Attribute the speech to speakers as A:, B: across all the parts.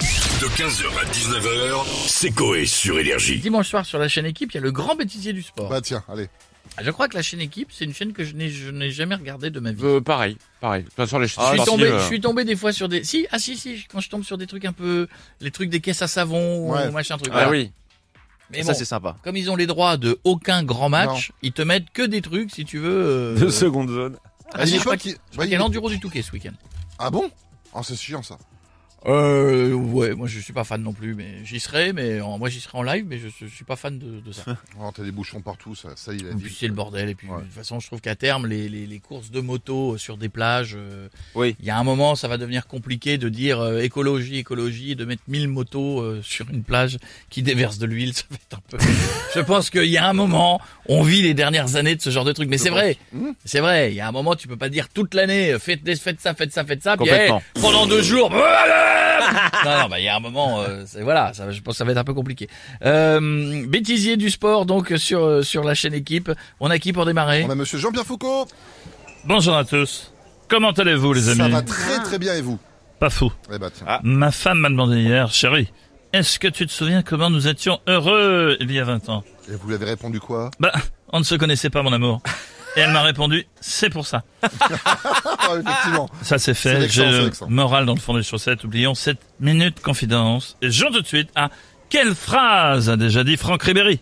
A: De 15h à 19h, c'est Coé sur Énergie.
B: Dimanche soir sur la chaîne équipe, il y a le grand bêtisier du sport. Ah,
C: Bah tiens, allez.
B: Je crois que la chaîne équipe, c'est une chaîne que je n'ai, je n'ai jamais regardée de ma vie.
D: Euh, pareil, pareil. De toute façon, les
E: Ah,
B: je, suis
D: sportives,
B: tombé,
D: euh,
B: je suis tombé des fois sur des... Si, ah si, si, quand je tombe sur des trucs un peu... Les trucs des caisses à savon
C: Ouais.
B: ou machin truc.
D: Ah
B: voilà.
D: oui.
B: Mais
E: ça
B: bon,
E: c'est sympa.
B: comme ils ont les droits de aucun grand match, ils te mettent que des trucs, si tu veux... euh,
D: secondes zone.
B: Ah, si, je crois qu'il
C: qu'il-
B: je crois qu'il y a l'enduro du Touquet ce week-end.
C: bah, Ah bon Ah c'est chiant ça.
B: Euh, ouais, moi je suis pas fan non plus, mais j'y serai, mais en- moi j'y serai en live, mais je, je suis pas fan de, de ça.
C: Oh, t'as des bouchons partout, ça, ça il a
B: Et puis
C: dit.
B: c'est le bordel. Et puis
C: Ouais.
B: de toute façon, je trouve qu'à terme, les, les, les courses de moto euh, sur des plages, euh,
E: Oui.
B: il y a un moment, ça va devenir compliqué de dire euh, écologie, écologie, et de mettre 1000 motos euh, sur une plage qui déverse de l'huile. Ça va être un peu. je pense qu'il y a un moment, on vit les dernières années de ce genre de truc. Mais c'est vrai,
C: Mmh.
B: c'est vrai. Il y a un moment, tu peux pas dire toute l'année, euh, faites, faites ça, faites ça, faites ça. puis,
D: Complètement.
B: hey, pendant deux jours. non, non, bah il y a un moment, euh, c'est- voilà, ça, va- je pense que ça va être un peu compliqué. Euh, bêtisier du sport donc sur euh, sur la chaîne équipe. On a qui pour démarrer
C: On a bah, monsieur Jean-Pierre Foucault.
F: Bonjour à tous. Comment allez-vous les
C: Ça
F: amis
C: va très très bien et vous
F: Pas fou.
C: Eh bah tiens.
E: Ah.
F: Ma femme m'a demandé hier, chérie, est-ce que tu te souviens comment nous étions heureux il y a 20 ans
C: Et vous l'avez répondu quoi
F: Bah, on ne se connaissait pas mon amour. Et elle m'a répondu, c'est pour ça.
C: Ah effectivement.
F: Ça
C: C'est
F: c'est fait,
C: l'excellent,
F: j'ai
C: c'est
F: le
C: l'excellent.
F: moral dans le fond des chaussettes, oublions cette minute confidence. Et j'en tout de suite à quelle phrase a déjà dit Franck Ribéry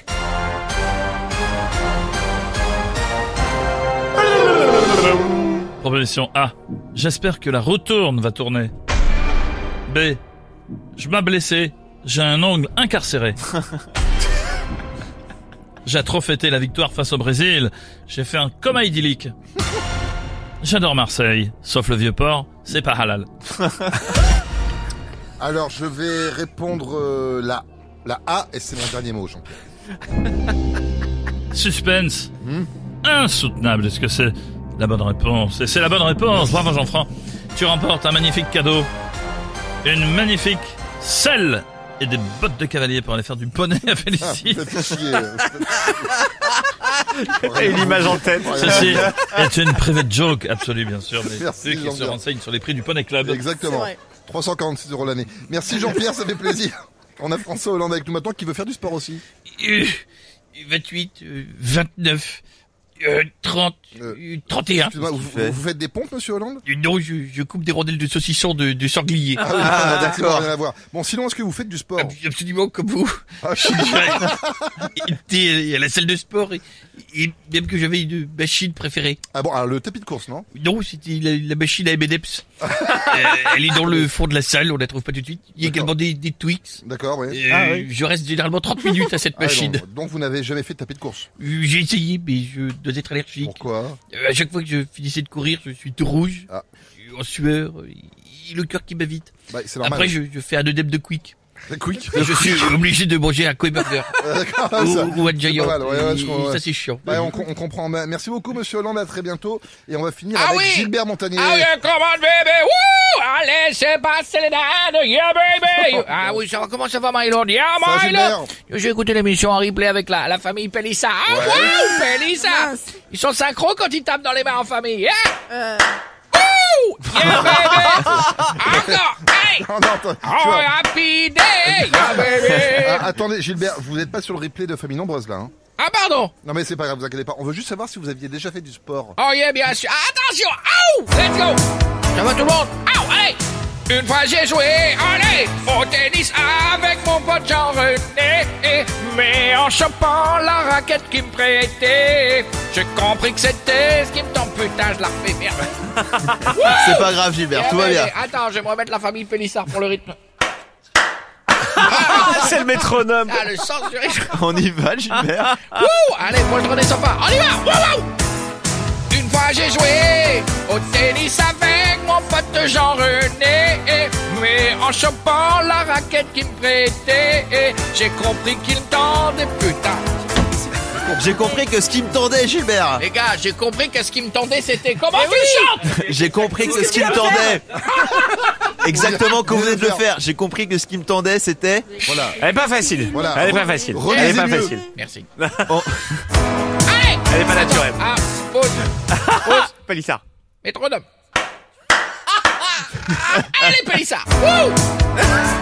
F: Proposition A. J'espère que la roue tourne va tourner. B. Je m'as blessé, j'ai un ongle incarcéré. J'ai trop fêté la victoire face au Brésil, j'ai fait un coma idyllique. J'adore Marseille, sauf le vieux port, c'est pas halal.
C: Alors je vais répondre euh, la la A et c'est mon dernier mot Jean-Pierre.
F: Suspense.
C: Hmm.
F: Insoutenable, est-ce que c'est la bonne réponse Et c'est la bonne réponse, bravo Jean-Franc. Tu remportes un magnifique cadeau. Une magnifique selle et des bottes de cavalier pour aller faire du poney à
C: Ah, vous
F: Félicie.
C: faites chier. vous faites chier.
E: Et l'image en tête.
C: Ouais,
F: Ceci est une private joke, absolue bien sûr, mais
C: Merci,
F: ceux qui se
C: Jean-Pierre.
F: renseignent sur les prix du poney
B: Ah bah.
F: club.
C: Exactement. 346 euros l'année. Merci Jean-Pierre, ça fait plaisir. On a François Hollande avec nous maintenant qui veut faire du sport aussi.
B: Euh, 28, euh, 29, euh, 30,
C: Euh,
B: euh, 31.
C: Excusez-moi, vous,
E: fait
C: vous faites des pompes, monsieur Hollande
B: Euh, Non, je, je coupe des rondelles de saucisson de, de sanglier.
C: Ah oui, ah, d'accord.
E: d'accord.
C: Rien à voir. Bon, sinon, est-ce que vous faites du sport
B: Ab- Ah, Absolument comme vous.
C: Ah, je-
B: J'étais à la salle de sport et, et même que j'avais une machine préférée.
C: Ah bon, alors, le tapis de course, non
B: Non, c'était la, la machine à M&M's. Euh, elle est dans le fond de la salle, on la trouve pas tout de suite. Il y a
C: D'accord.
B: également des, des Twix.
C: D'accord, oui.
B: Euh, Je reste généralement 30 minutes à cette
C: Ah,
B: machine.
C: donc, donc vous n'avez jamais fait de tapis de course.
B: Euh, J'ai essayé, mais je dois être allergique.
C: Pourquoi
B: Euh, à chaque fois que je finissais de courir, je suis tout rouge,
C: Ah.
B: je suis en sueur, euh, et le cœur qui bat vite.
C: bah, C'est normal.
B: Après, je, je fais un œdème de quick.
C: Très quick. Ah,
B: Et je suis obligé de manger un Quay Burger
C: D'accord,
B: ou,
C: ça.
B: ou un Giant.
C: mal, ouais, ouais,
B: Et-
C: je
B: et
C: comprends, ouais.
B: Ça, c'est chiant.
C: Bah, on, com- on comprend. Bah, Merci beaucoup, monsieur Hollande. À très bientôt. Et on va finir
B: Ah
C: avec
B: oui
C: Gilbert Montagnier.
B: Ah yeah, come on, baby, woo! Allez, c'est passé les dames, yeah, baby! Ah oui, ça va, comment ça va, Mylord? Yeah,
C: Ça,
B: Mylord!
C: Gilbert.
B: J'ai écouté l'émission en replay avec la, la famille Pelissa. Ah,
C: Ouais.
B: wow, Pelissa! Ils sont synchro quand ils tapent dans les mains en famille, yeah! Woo! Yeah, baby! Encore! Hey!
C: Ah, Non, non, attends, tu
B: Oh,
C: vois.
B: happy day! Yeah,
C: Ah,
B: baby!
C: attendez, Gilbert, vous n'êtes pas sur le replay de Famille Nombreuse, là. hein
B: Ah, pardon!
C: non, mais c'est pas grave, vous inquiétez pas. On veut juste savoir si vous aviez déjà fait du sport.
B: Oh yeah, bien sûr. Ah, Attention! Au! Let's go! Ça va tout le monde? Au! Allez! Une fois j'ai joué, allez, au tennis avec mon pote Jean-René. Mais en chopant la raquette qu'il me prêtait, j'ai compris que c'était ce qui me tombe. Putain, je la refais, merde.
E: C'est pas grave Gilbert, tout va bien.
B: Eh ben, Attends, je vais me remettre la famille Pélissard pour le rythme.
E: Ah, C'est le métronome.
B: Ah, le sens du rythme.
E: On y va Gilbert.
B: Wouh Allez, moi je redescends pas. On y va Wouh, wouh Une fois j'ai joué au tennis avec mon pote Jean-René. Mais en chopant la raquette qu'il me prêtait, j'ai compris qu'il me tendait. Putain
E: J'ai compris que ce qui me tendait Gilbert.
B: Les gars, j'ai compris que ce qui me tendait c'était comment
E: Eh
B: tu chantes
E: J'ai compris que ce qui me tendait. Exactement comme vous venez de le faire. J'ai compris que ce qui me tendait c'était.
C: Voilà.
D: Elle est pas facile.
C: Voilà.
D: Elle est pas
C: Re-
D: facile.
C: relisez
D: Elle est pas
C: mieux.
D: facile.
B: Merci.
E: Oh.
B: Allez
D: Elle est pas naturelle.
B: Ah, pause. Pause.
D: Palissard.
B: Métronome. Allez, Pélissard Wouh Ah, ah,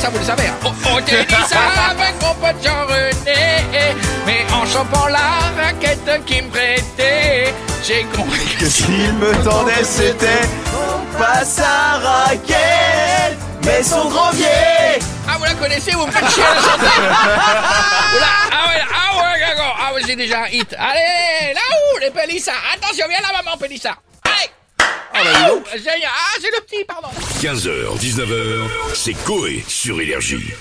D: ça vous le savez. hein. Au, au tennis avec mon pote Jean René, mais en chopant la raquette qu'il me prêtait, j'ai compris que
E: Que s'il me tendait, c'était pas sa raquette, mais son grandier.
D: Ah, vous la connaissez, vous me faites chier à la chanter Oula, ah ouais, ah ouais, d'accord, ah ouais, j'ai déjà un hit. Allez, là-haut, les Pélissas Attention, viens là, maman Pélissa Allez Ah, Génial, ah, c'est le petit, pardon
A: 15h, 19h, c'est Coé sur Énergie.